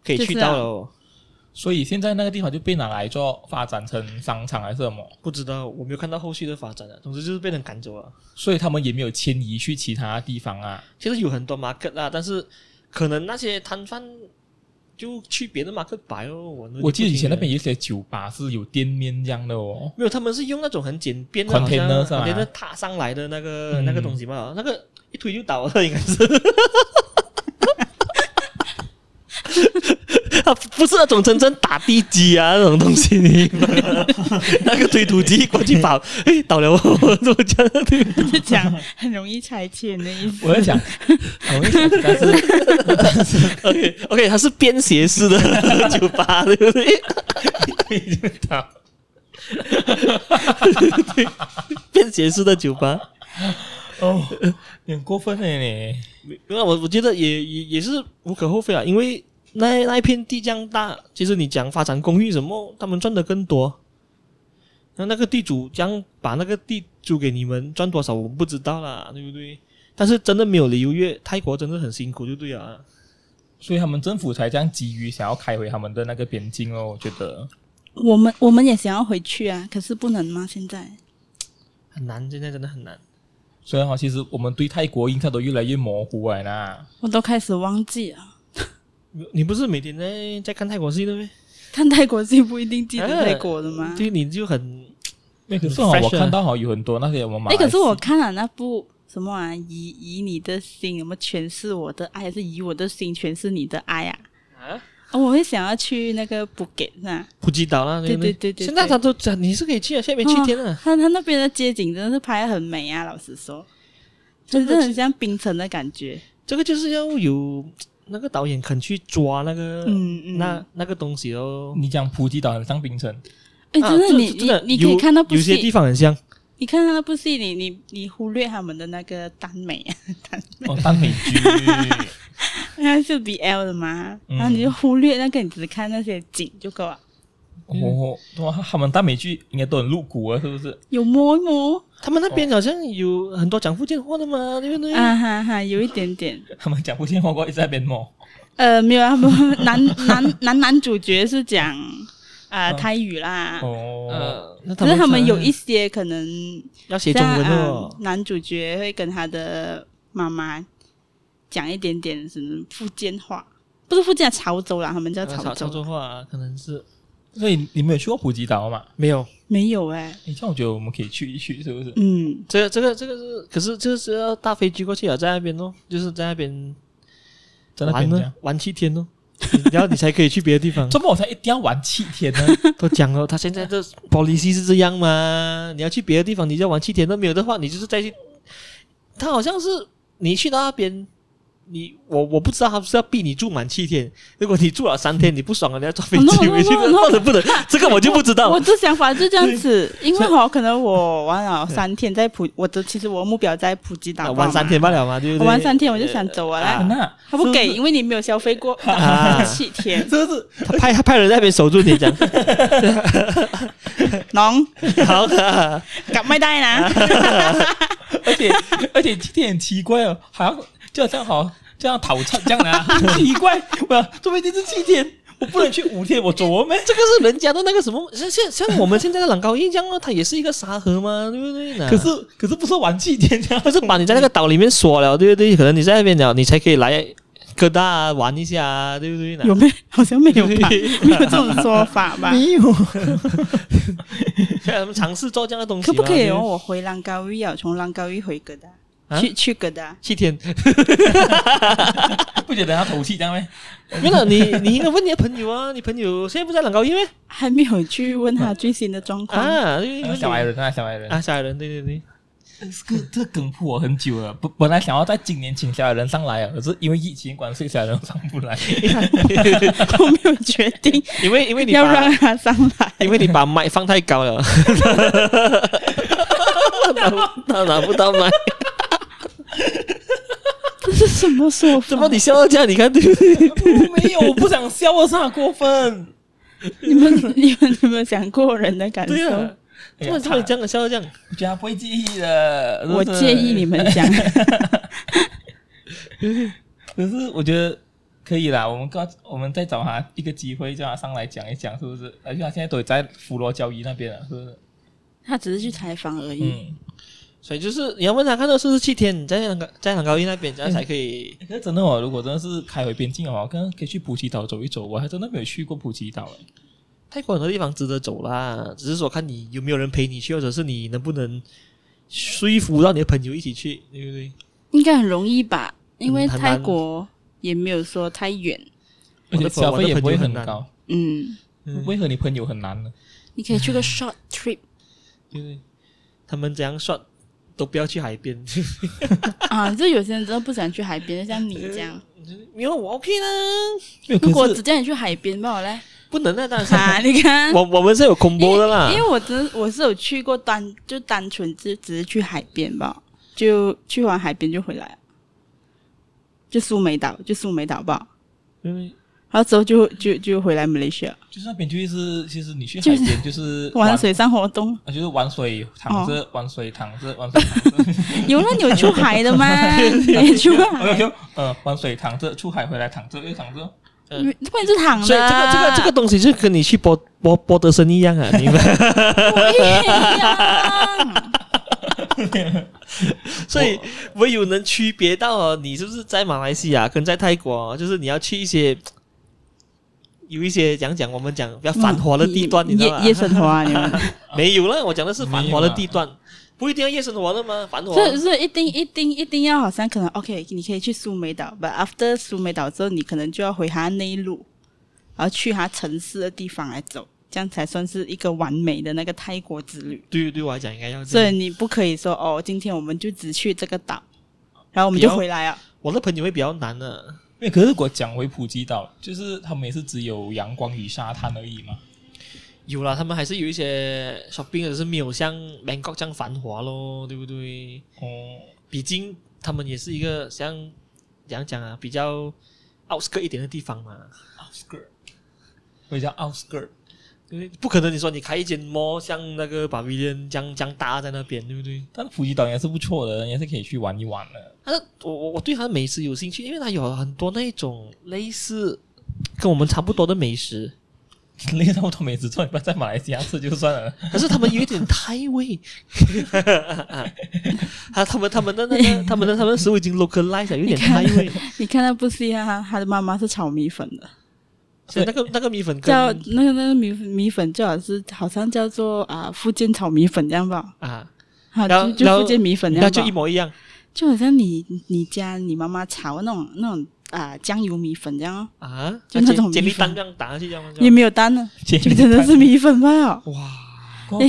可以去到了、哦。
所以现在那个地方就被拿来做发展成商场还是什么，
不知道我没有看到后续的发展啊，总之就是被人赶走了。
所以他们也没有迁移去其他地方啊。
其实有很多 market 啦，但是可能那些摊贩就去别的 market 摆哦。我都
我记得以前那边
不清楚
有一些酒吧是有店面这样的 哦，
没有，他们是用那种很简便的
Container 是吧
好像 container 踏上来的那个、
嗯
那个东西嘛，那个一推就倒了，应该是。 啊，不是那种真正打地基啊那种东西，你明白 吗那个推土机过去跑，哎，倒了我，怎么讲？ 对
就讲很容易拆迁的意思。
我在想，我在想，但是
OK OK，它是便携式的酒吧，对不对？便携式的酒吧，
哦，有点过分了呢。
因为我我觉得也也也是无可厚非啊，因为那那一片地这样大，其实你讲发展公寓什么，他们赚的更多。那那个地主将把那个地租给你们，赚多少我们不知道啦，对不对？但是真的没有理由，因为泰国真的很辛苦，就对了啊。
所以他们政府才这样急于想要开回他们的那个边境哦，我觉得
我们我们也想要回去啊，可是不能吗？现在
很难，现在真的很难。
虽然哈，其实我们对泰国印象都越来越模糊了啦。
我都开始忘记了。
你你不是每天在在看泰国戏的咩？
看泰国剧不一定记得泰国的吗？
对，你就很
那可是
Fresh
哈
啊，
我看到哈有很多那些我们马
哎、
来西亚，
可是我看了那部什么啊，以以你的心什么诠释我的爱，还是以我的心诠释你的爱啊？哦，我会想要去那个布给那，
普吉岛啦，不
对对对对
现在他都讲你是可以去啊，下面去天啊，
他他那边的街景真的是拍的很美啊，老实说，真的很像冰城的感觉。
这个就是要有那个导演肯去抓那个，
嗯
呃
嗯，
那那个东西哦。
你讲普吉岛很像槟城，
哎、
啊
真的、
这
你
这真的
你你可
有
以看那部
有些地
戏，
方很像，
你看那部戏，你你你忽略他们的那个耽美啊，
哦，耽美剧，
它是 BL 的嘛，
嗯
然后你就忽略那个，你只看那些景就够了，
哦，哇，他们耽美剧应该都很露骨啊，是不是？
有摸一摸。
他们那边好像有很多讲福建话的嘛，对不对？
啊哈哈，有一点点。
他们讲福建话过一直在边摸，
呃，没有啊，不 男男男男主角是讲啊、呃
嗯
泰语啦，
哦，
呃，那
只是他们
才
有一些可能
要写中
像
文
啊
哦，，
男主角会跟他的妈妈讲一点点什么福建话，不是福建啊潮州啦，他们叫
呃潮
潮州。
州话可能是
所以你们有去过普吉岛吗？
没有，
没有哎、
诶，这样我觉得我们可以去一去，是不是？
嗯，
这个这个这个是，可是这个是要搭飞机过去啊，在那边咯，就是在那边
在那边
玩
这
呢
样，，
玩七天咯，然后你才可以去别的地方。
怎么我才一定要玩七天 呢？
都讲了，他现在这 policy 是这样嘛？你要去别的地方，你就要玩七天都没有的话，你就是再去。他好像是你去到那边，你我我不知道他是要逼你住满七天。如果你住了三天，你不爽了，你要坐飞
Oh,
机
no,
回去
no, no, no.
或者不能，这个我就不知道
我。的想法是 这样子，因为哦，可能我玩了三天在普，我的其实我目标在普吉岛
啊
嘛
玩三天，罢了嘛，对呃不
我
对？
玩三天我就想走了啦，
哎那
他不给，因为你没有消费 过
啊
七天，
这是
他派他派人在那边守住你，讲
侬
好的，
敢卖带呢？
而且而且今天很奇怪哦，好像就好像好这样讨债这样 的、啊，奇怪，我坐飞机是七天，我不能去五天，我走了没？
这个是人家的那个什么，像像像我们现在的朗高印象哦，它也是一个沙河嘛，对不对呢？
可是可是不是玩七天 这样，
就是把你在那个岛里面锁了，对不对？可能你在那边了，你才可以来哥大、啊、玩一下、啊，对不对呢？
有没有？好像没有 吧，没有这种说法吧？
有，他们尝试做这样的东西啊嘛，
可不可以
对
让
不对？
我回浪高玉啊？从浪高玉回哥大，
啊
去去哥大，
七天，
不觉得他透气这样吗？
没有你，你应该问你的朋友啊，你朋友现在不在朗高因为
还没有去问他最新的状况。
啊，因为
小矮人啊，小矮人，
啊，小矮人，对对对，
这个这个梗铺我很久了，本本来想要在今年请小矮人上来啊，可是因为疫情关系，小矮人上不来。
我没有决定
因为因 为你
要
把
让他上来。
因为你把麦放太高 了，拿不到拿不到麦，
这是什么说 法？
怎么你笑到这样？你看对不对？
我没有，我不想笑，我是很过分。
你们你们有没有想过人的感
对
受
啊？，怎么怎么这样笑到这样？
我觉得他不会介意的。
我
就是
建议你们 讲，
可是我觉得可以啦，我们告我们再找他一个机会，叫他上来讲一讲，是不是？而且他现在都在佛罗交易那边了，是不是？
他只是去采访而已。
嗯，
所以就是你要问他看到四十七天，你在朗高在朗高一那边，这样才可以。
嗯
可是真的哦，如果真的是开回边境的话，我可能可以去普吉岛走一走。我还真的没有去过普吉岛欸诶，
泰国很多地方值得走啦，只是说看你有没有人陪你去，或者是你能不能说服到你的朋友一起去，对不对？
应该很容易吧，因为
嗯很
泰
难
国也没有说太远。
而
我
且
的朋
消费也不会很
我的朋友
高，
嗯，
嗯
为何你朋友很难呢？
你可以去个 short trip
对不对？他们怎样算都不要去海边，
啊，就有些人真的不想去海边，像你这样。
因为我 OK 啦，
没有，
如果
可
只
是
叫你去海边吧，我嘞，
不能啊，当然是。
啊，你看，
我我们是有 combo 的啦
因，为我真我是有去过单，就单纯只只是去海边吧，就去完海边就回来了，就苏梅岛，就苏梅岛吧，
对不对
然后之后就就就回来马来西亚，
就是那边就是其实你去
就
海
是
边就是
玩水哦上活动。
啊，就是玩水躺着，玩水躺着，玩水躺着。
有那你有出海的吗？ 没出
我
海，
就呃，玩水躺着，出海回来躺着又躺着。
你不然就躺着。啊
所以这个这个这个东西就跟你去博博博德森一样啊，你 们。
不一 样。
所以唯有能区别到哦，你是不是在马来西亚跟在泰国哦，就是你要去一些有一些讲讲我们讲比较繁华的地段，你知道
夜
吧？
夜生活啊，你们
没有了，我讲的是繁华的地段，不一定要夜生活的吗？繁华
所以所以一定一定一定要好像可能 OK，你可以去苏梅岛，but after 苏梅岛之后，你可能就要回它内陆，然后去它城市的地方来走，这样才算是一个完美的那个泰国之旅。
对对我来讲应该要这
所以
样。
你不可以说哦，今天我们就只去这个岛，然后我们就
不要
回来啊。
我的朋友会比较难啊的，
因为可是如果讲回普吉岛，就是他们也是只有阳光与沙滩而已嘛。
有啦，他们还是有一些 shopping，只是没有像 Bangkok 这样繁华咯，对不对？
哦，
毕竟他们也是一个像怎样讲啊，比较 outskirt 一点的地方嘛。
skirt，我也叫 out skirt。
因为不可能，你说你开一间 mall，像那个 Pavilion 这样这样搭在那边，对不对？
但普吉岛也是不错的，也是可以去玩一玩的。
但是我我我对它的美食有兴趣，因为它有很多那种类似跟我们差不多的美 食，
那个我都没只做，你不要在马来西亚吃就算了。
可是他们有一点泰味， 啊，他们他们的那个他们的他们的 食物已经 localize 了，有点
你看
泰味。
你看那部戏啊，他的妈妈是炒米粉的，
所以那个那个米粉羹
叫那个那个米粉米粉最好是好像叫做啊、福建炒米粉这样吧，
啊，
好
然后
就
然
就
后
福建米粉这
那
样
就
吧
一，模一样
就好像你你家你妈妈炒那种那种啊、酱油米粉这样哦，
啊，
就那种
简历
米粉
单这样打下去这样吗
也没有蛋呢，
简
就真的是米粉吧、哦？
哇，
可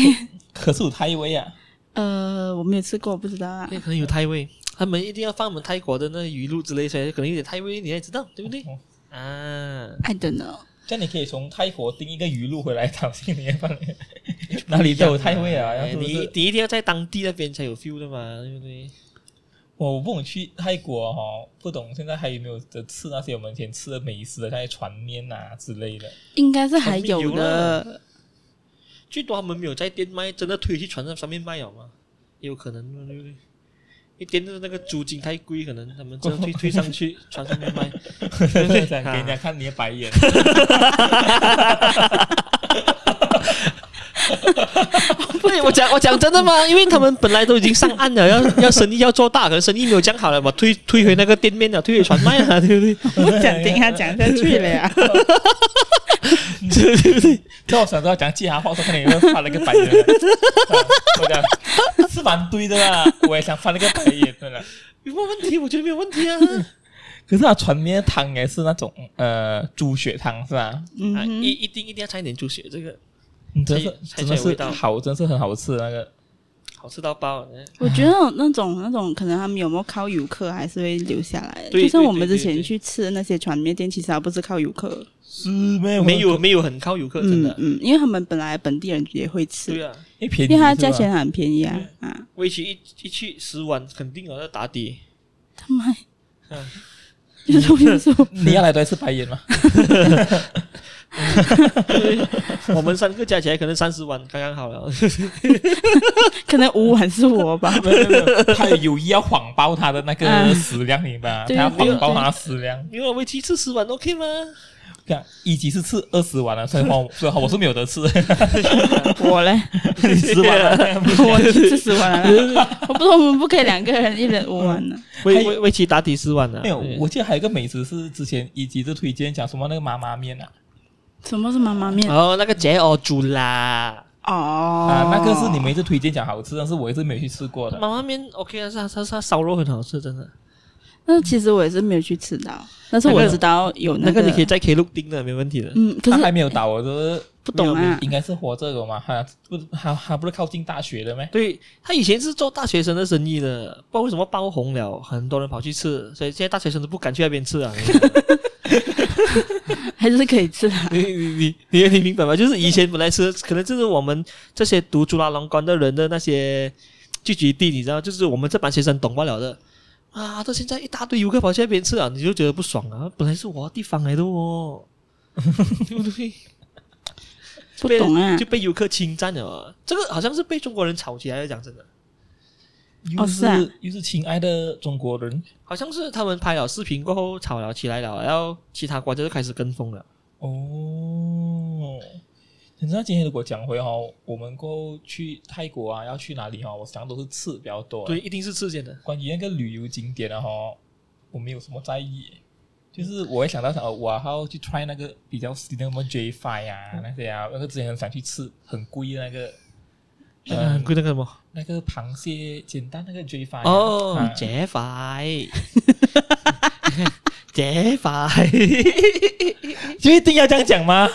可是有胎位啊，
呃，我没有吃过，我不知道啊
那。可能有泰味，他们一定要放我们泰国的那鱼露之类，所以可能有点泰味，你也知道对不对
哦
啊？
I don't know，
这样你可以从泰国订一个鱼露回来炒新年 饭，哪里都有胎位啊，
哎
是不
你
是？
你一定要在当地那边才有 feel 的嘛，对不对？
我不懂去泰国哈、哦，不懂现在还有没有得吃那些我们以前吃的美食的，像船面啊之类 的。
应该是还
肯定有
有的。
最多他们没有在店卖，真的推去船上上面卖了嘛？也有可能嘛，对不对？一店的那个租金太贵，可能他们真的 推推上去船上面卖。
对
对
想给人家
啊
看你的 白眼，
对，哎我讲我讲真的吗？因为他们本来都已经上岸了，要要生意要做大，可能生意没有讲好了嘛，推推回那个店面了，推回船卖了，对不对？
不想听他讲下去 了呀。
这我想到讲其他话，说看你有没有翻了个白眼。啊我讲是蛮对的啦，我也想翻了个白眼的啦。
有没有问题？我觉得没有问题啊。
可是啊，船面的汤也是那种呃猪血汤是吧？
嗯
啊，
哼
一一定一定要掺一点猪血，这个
嗯真是
才
真
才
的
才有味
是
道
好，真是很好吃的那个。
好吃到爆。嗯
我觉得那种那种可能他们有没有靠游客，还是会留下来的。
对
就像
对
我们
对
之
对对
前去吃的那些船面店，其实还不是靠游客。
是没有
没有没有很靠游客，真
哦嗯
的。
嗯，因为他们本来本地人也会吃，
对啊，
因为便宜，
因为它价钱很便宜啊啊！
威奇一一去十碗，肯定有要打底。
他妈
嗯，
就是我就
是
说，
吧你要来多一次白眼吗？
我们三个加起来可能三十万刚刚好了。
可能五碗是我 吧
。没有没有没有，他有意要谎报他的那个
嗯
食量，明白吗？他
对
要
对
谎报
对
他的食量。
因为我去吃十碗 OK 吗？
这样一级是吃二十碗了，啊所以话所以话我是没有得吃，
我嘞，
十碗啊了。
我去吃十碗啊了。我不是我们不可以两个人一人五碗啊呢？
威
还
威威奇打底十碗啊！
没有，
对
我记得还有一个美食是之前一级是推荐讲什么那个妈妈面啊，
什么是妈妈面？
哦，那个杰欧煮啦，
哦，
啊那个是你们一直推荐讲好吃，但是我一直没有去吃过的。
妈妈面 OK 啊，是它它它烧肉很好吃，真的。
那其实我也是没有去吃到，但是我知道有
那
个
个你可以在 K 路订的，没问题的。
嗯，可
他
是
还没有倒，我就是
不懂啊。
应该是活着的嘛，他不他他不是靠近大学的咩？
对他以前是做大学生的生意的，不知道为什么爆红了，很多人跑去吃，所以现在大学生都不敢去那边吃啊。
还是可以吃的。啊
你你你你你明白吗？就是以前本来吃，可能就是我们这些读朱拉隆关的人的那些聚集地，你知道，就是我们这帮学生懂不了的。啊，到现在一大堆游客跑去那边吃啊，你就觉得不爽啊！本来是我的地方来的哦，对不对？
不懂啊
就被游客侵占了啊。这个好像是被中国人炒起来的，讲真的，
又
是啊
又是亲爱的中国人
好像是他们拍了视频过后炒了起来了，然后其他国家就开始跟风了。
哦。你知道今天如果讲回哦，我们过后去泰国啊，要去哪里哦？我想都是吃比较多。
对，，一定是事件的。
关于那个旅游景点啊的哈，我没有什么在意，就是我会想到想，哦我还要去 try 那个比较 s 的什么 J Five 啊那些啊，那个之前很想去吃，很贵的那个，
嗯，
嗯
很，贵那个什么？
那个螃蟹简单那个 J Five
哦
啊，
这块，这块，
就一定要这样讲吗？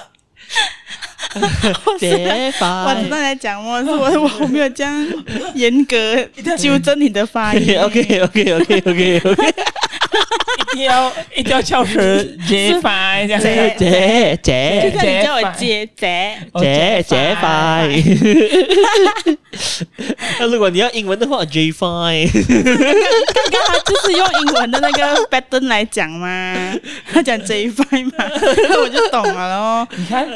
这
我知道
块。
你在讲我，是我我没有这样严格纠正你的发 音。
OK OK OK OK OK，
一定要 一定要叫成 J Five 这样
这
这这
就像你叫我姐姐，
哦
这这
J5
块。那如果你要英文的话，J five，
刚刚他就是用英文的那个 pattern 来讲嘛，他讲 J five 嘛， 那我就懂了咯。
你看，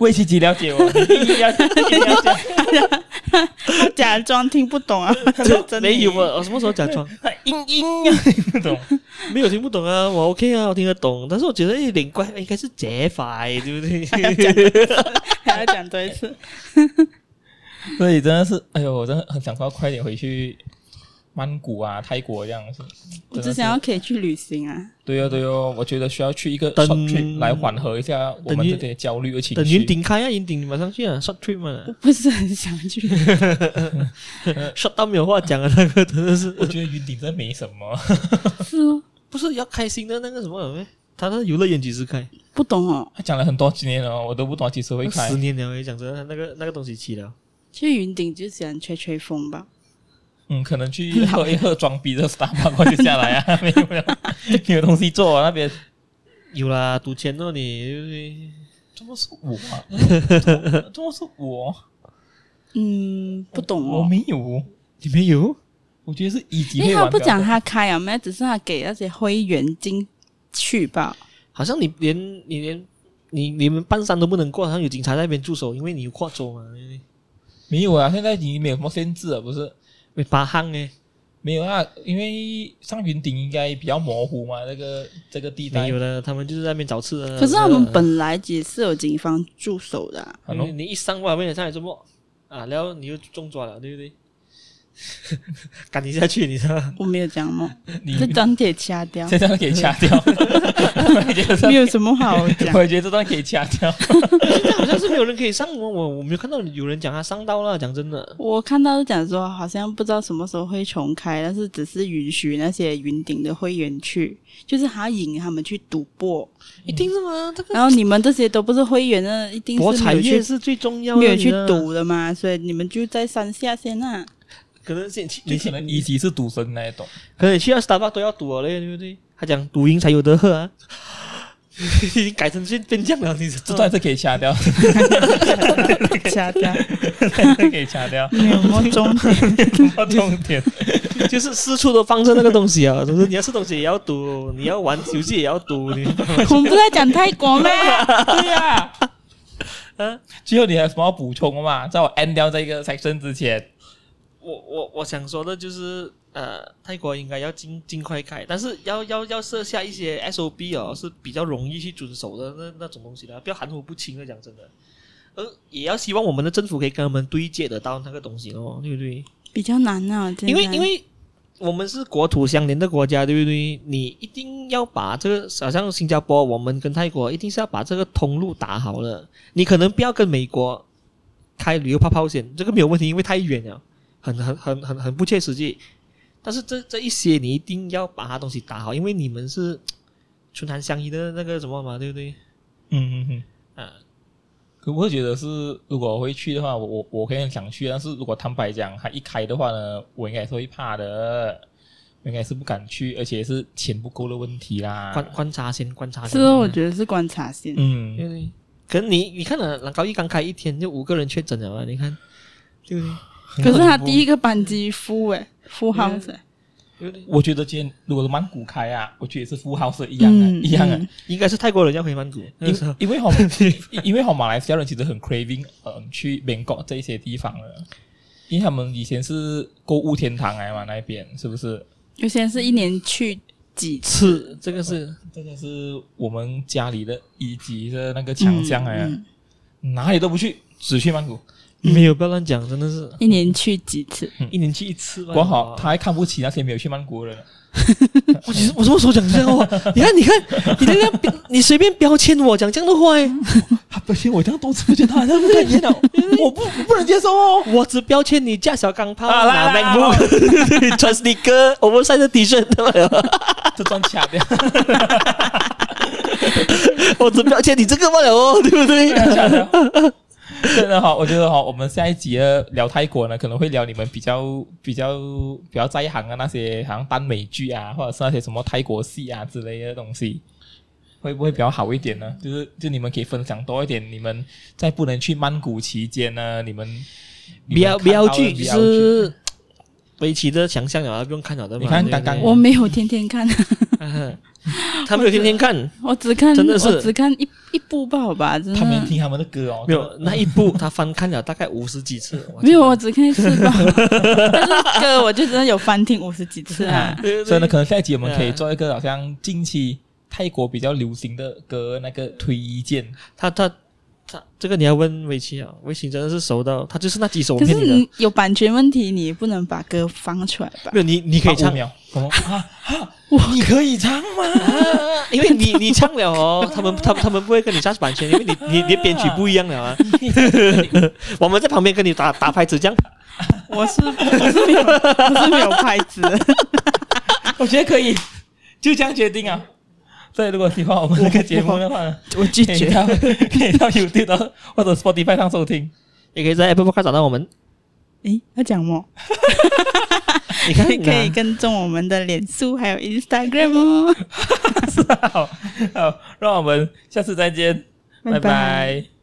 魏琪琪了解我，你一定要一定要这样
他假装听不懂啊，他就 真的
没有啊，我什么时候假装？
英英啊，那种。
没有听不懂啊，我 OK 啊，我听得懂，但是我觉得有点怪，应该是这块，对不对？
还要讲多一次。
所以真的是，哎呦，我真的很想要快点回去曼谷啊、泰国这样子。
我
真的
只
是
想要可以去旅行啊。
对哦，对哦，我觉得需要去一个
等
short trip 来缓和一下我们
等于
这些焦虑的情
等云
绪。
顶开啊，云顶你马上去啊，short à? trip 嘛
我不是很想去，
，short 到没有话讲啊，那个真的是
我觉得云顶真没什么，
是哦，
不是要开心的那个什么咩？他的游乐园几时开？
不懂哦。
他讲了很多几年了，我都不懂几时会开
十。年了诶，讲真的，那个那个东西起了。
去云顶就喜欢吹吹风吧，
嗯，可能去喝一喝装逼的 s t a r b u c 就下来 啊，没有没有，没有东西做啊那边。
有啦，赌钱哦你，对不对
怎么是我啊？怎么是我？
嗯，不懂
我
哦。
没有，
你没有？
我觉得是一级
因
会
为
玩
他
比
不
较
讲
多
他开啊，没，只是他给那些会员进去吧。
好像你连你连你你们半山都不能过，好像有警察在那边驻守，因为你有跨州嘛，对不对
没有啊，现在已经没有什么限制了，不是？
被八行诶，
没有啊，因为上云顶应该比较模糊嘛，这个这个地带嗯
没有的，他们就是在那边找啊吃的。
可是他们本来也是有警方驻守的、啊，
很多
你你一上外面上来周末啊，然后你又中抓了，对不对？ 赶你下去，你知道吗？
我没有讲嘛，
你
这张帖掐 掉，
这段可以掐 掉，我也觉得这
没有什么好讲
我。也觉得这段可以掐掉。
好像是没有人可以上我，我我没有看到有人讲他上到了。讲真的，
我看到是讲说，好像不知道什么时候会重开，但是只是允许那些云顶的会员去，就是还要引他们去赌博。
一定是吗？这个
然后你们这些都不是会员的，一定
博
是没
彩
有
业
去
是最重要的，
没有去
你知道吗，
赌的嘛，所以你们就在山下 先啊。
可能是你
你可能一级是赌神那一
哦
种，
可能你去到 Starbucks 都要赌了嘞，对不对？他讲赌赢才有得喝啊， 已经改成变变酱了，你知
这
道吗？
段是可以掐掉，
掐掉，
这可以掐掉。
没有摸中
到重点，
就是四处都放着那个东西啊，总之你要吃东西也要赌，你要玩游戏也要赌，你
我们不是在讲泰国吗？
对 呀、
啊，
最后你还有什么要补充的吗？在我 end 掉这个 section 之前，
我我我想说的就是，呃，泰国应该要尽尽快开，但是要要要设下一些 SOP 哦，是比较容易去遵守的那那种东西的，不要含糊不清的。讲真的，呃，也要希望我们的政府可以跟他们对接得到那个东西哦，对不对？
比较难啊，真的
因为因为我们是国土相连的国家，对不对？你一定要把这个，好像新加坡，我们跟泰国一定是要把这个通路打好了。你可能不要跟美国开旅游泡泡险，这个没有问题，因为太远了，很很很很很不切实际。但是这这一些你一定要把它东西打好，因为你们是唇寒相依的那个什么嘛，对不对？
嗯嗯嗯。
啊，
可我会觉得是，如果我会去的话，我我我可以很想去，但是如果坦白讲，它一开的话呢，我应该是会怕的，我应该是不敢去，而且是钱不够的问题啦。
观观察先，观察
是
先。
哦，我觉得是观察线。
嗯，
对不对？可能你你看了、啊，高一刚开一天就五个人确诊了啊，你看，对不对？
可是他第一个班机负诶，负号
嗯
噻，
对不对？
我觉得今天如果是曼谷开啊，我觉得也是富豪是一样的，
嗯
一样的。
嗯
应该是泰国人要回曼谷，那个时候
因因为好， 因为好，马来西亚人其实很 craving，嗯、去 Bangkok 这一些地方了，因为他们以前是购物天堂来嘛，那边是不是？
有些人是一年去几次，
是这个是
这个是我们家里的以及的那个强项来啊，
嗯
哪里都不去，只去曼谷。
没有不要乱讲，真的是
一年去几次。
一年去一次
嗯
吧。
管好，他还看不起那些没有去曼谷的人。
我其实我什么时候讲这样 的话？你看，你看，你那样标，你随便标签我讲这样的话、欸，
他啊不信我这样多次，我觉得他好像不看见了， 我不我不能接受哦。
我只标签你架小钢炮，
啊来
拿
来
MacBook，穿 sneaker oversize 的 T 恤，对吧？
这段卡掉，
我只标签你这个罢了哦， 对 不对？
卡掉。真的好，我觉得好，我们下一集的聊泰国呢，可能会聊你们比较比较比较在行的啊那些，好像耽美剧啊，或者是那些什么泰国戏啊之类的东西，会不会比较好一点呢？就是就你们可以分享多一点，你们在不能去曼谷期间呢，你们你们
BL
看到
BL
的
剧
BL
是围棋的强项了，不用看了的嘛。
你看
对不对
刚刚
我没有天天看，
他们有天天看，
我只看
真的是
我只看一一部吧，好吧，真
他们
的
听他们的歌哦，
没有那一部他翻看了大概五十几次，哇
没有，我只看一次吧。但是歌我就真的有翻听五十几次啊
啊。
对对
所以呢，可能下一集我们可以
对啊
做一个好像近期泰国比较流行的歌那个推荐，
他他他这个你要问维奇啊，维奇真的是熟到他就是那几首
可
骗
是
你的，
你有版权问题，你不能把歌放出来吧？
没有你你可
八
以
五
唱，
秒，什么啊啊？你可以唱吗？
哦
因为你你唱了哦，他们他们他们不会跟你 charge 版权，因为你你你的编曲不一样了 啊。我们在旁边跟你打打拍子这样，
我是我是没有我是没有拍子的，
我觉得可以，就这样决定啊。所以如果喜欢我们这个节目的话 呢，
我拒
可以
绝。
到可以到 YouTube 到或者 Spotify 上收听。
也可以在 Apple Podcast 找到我们。
诶，要讲么？
你看
可以可以
啊
跟踪我们的脸书还有 Instagram 哦，
啊好，好，让我们下次再见，拜
拜
拜。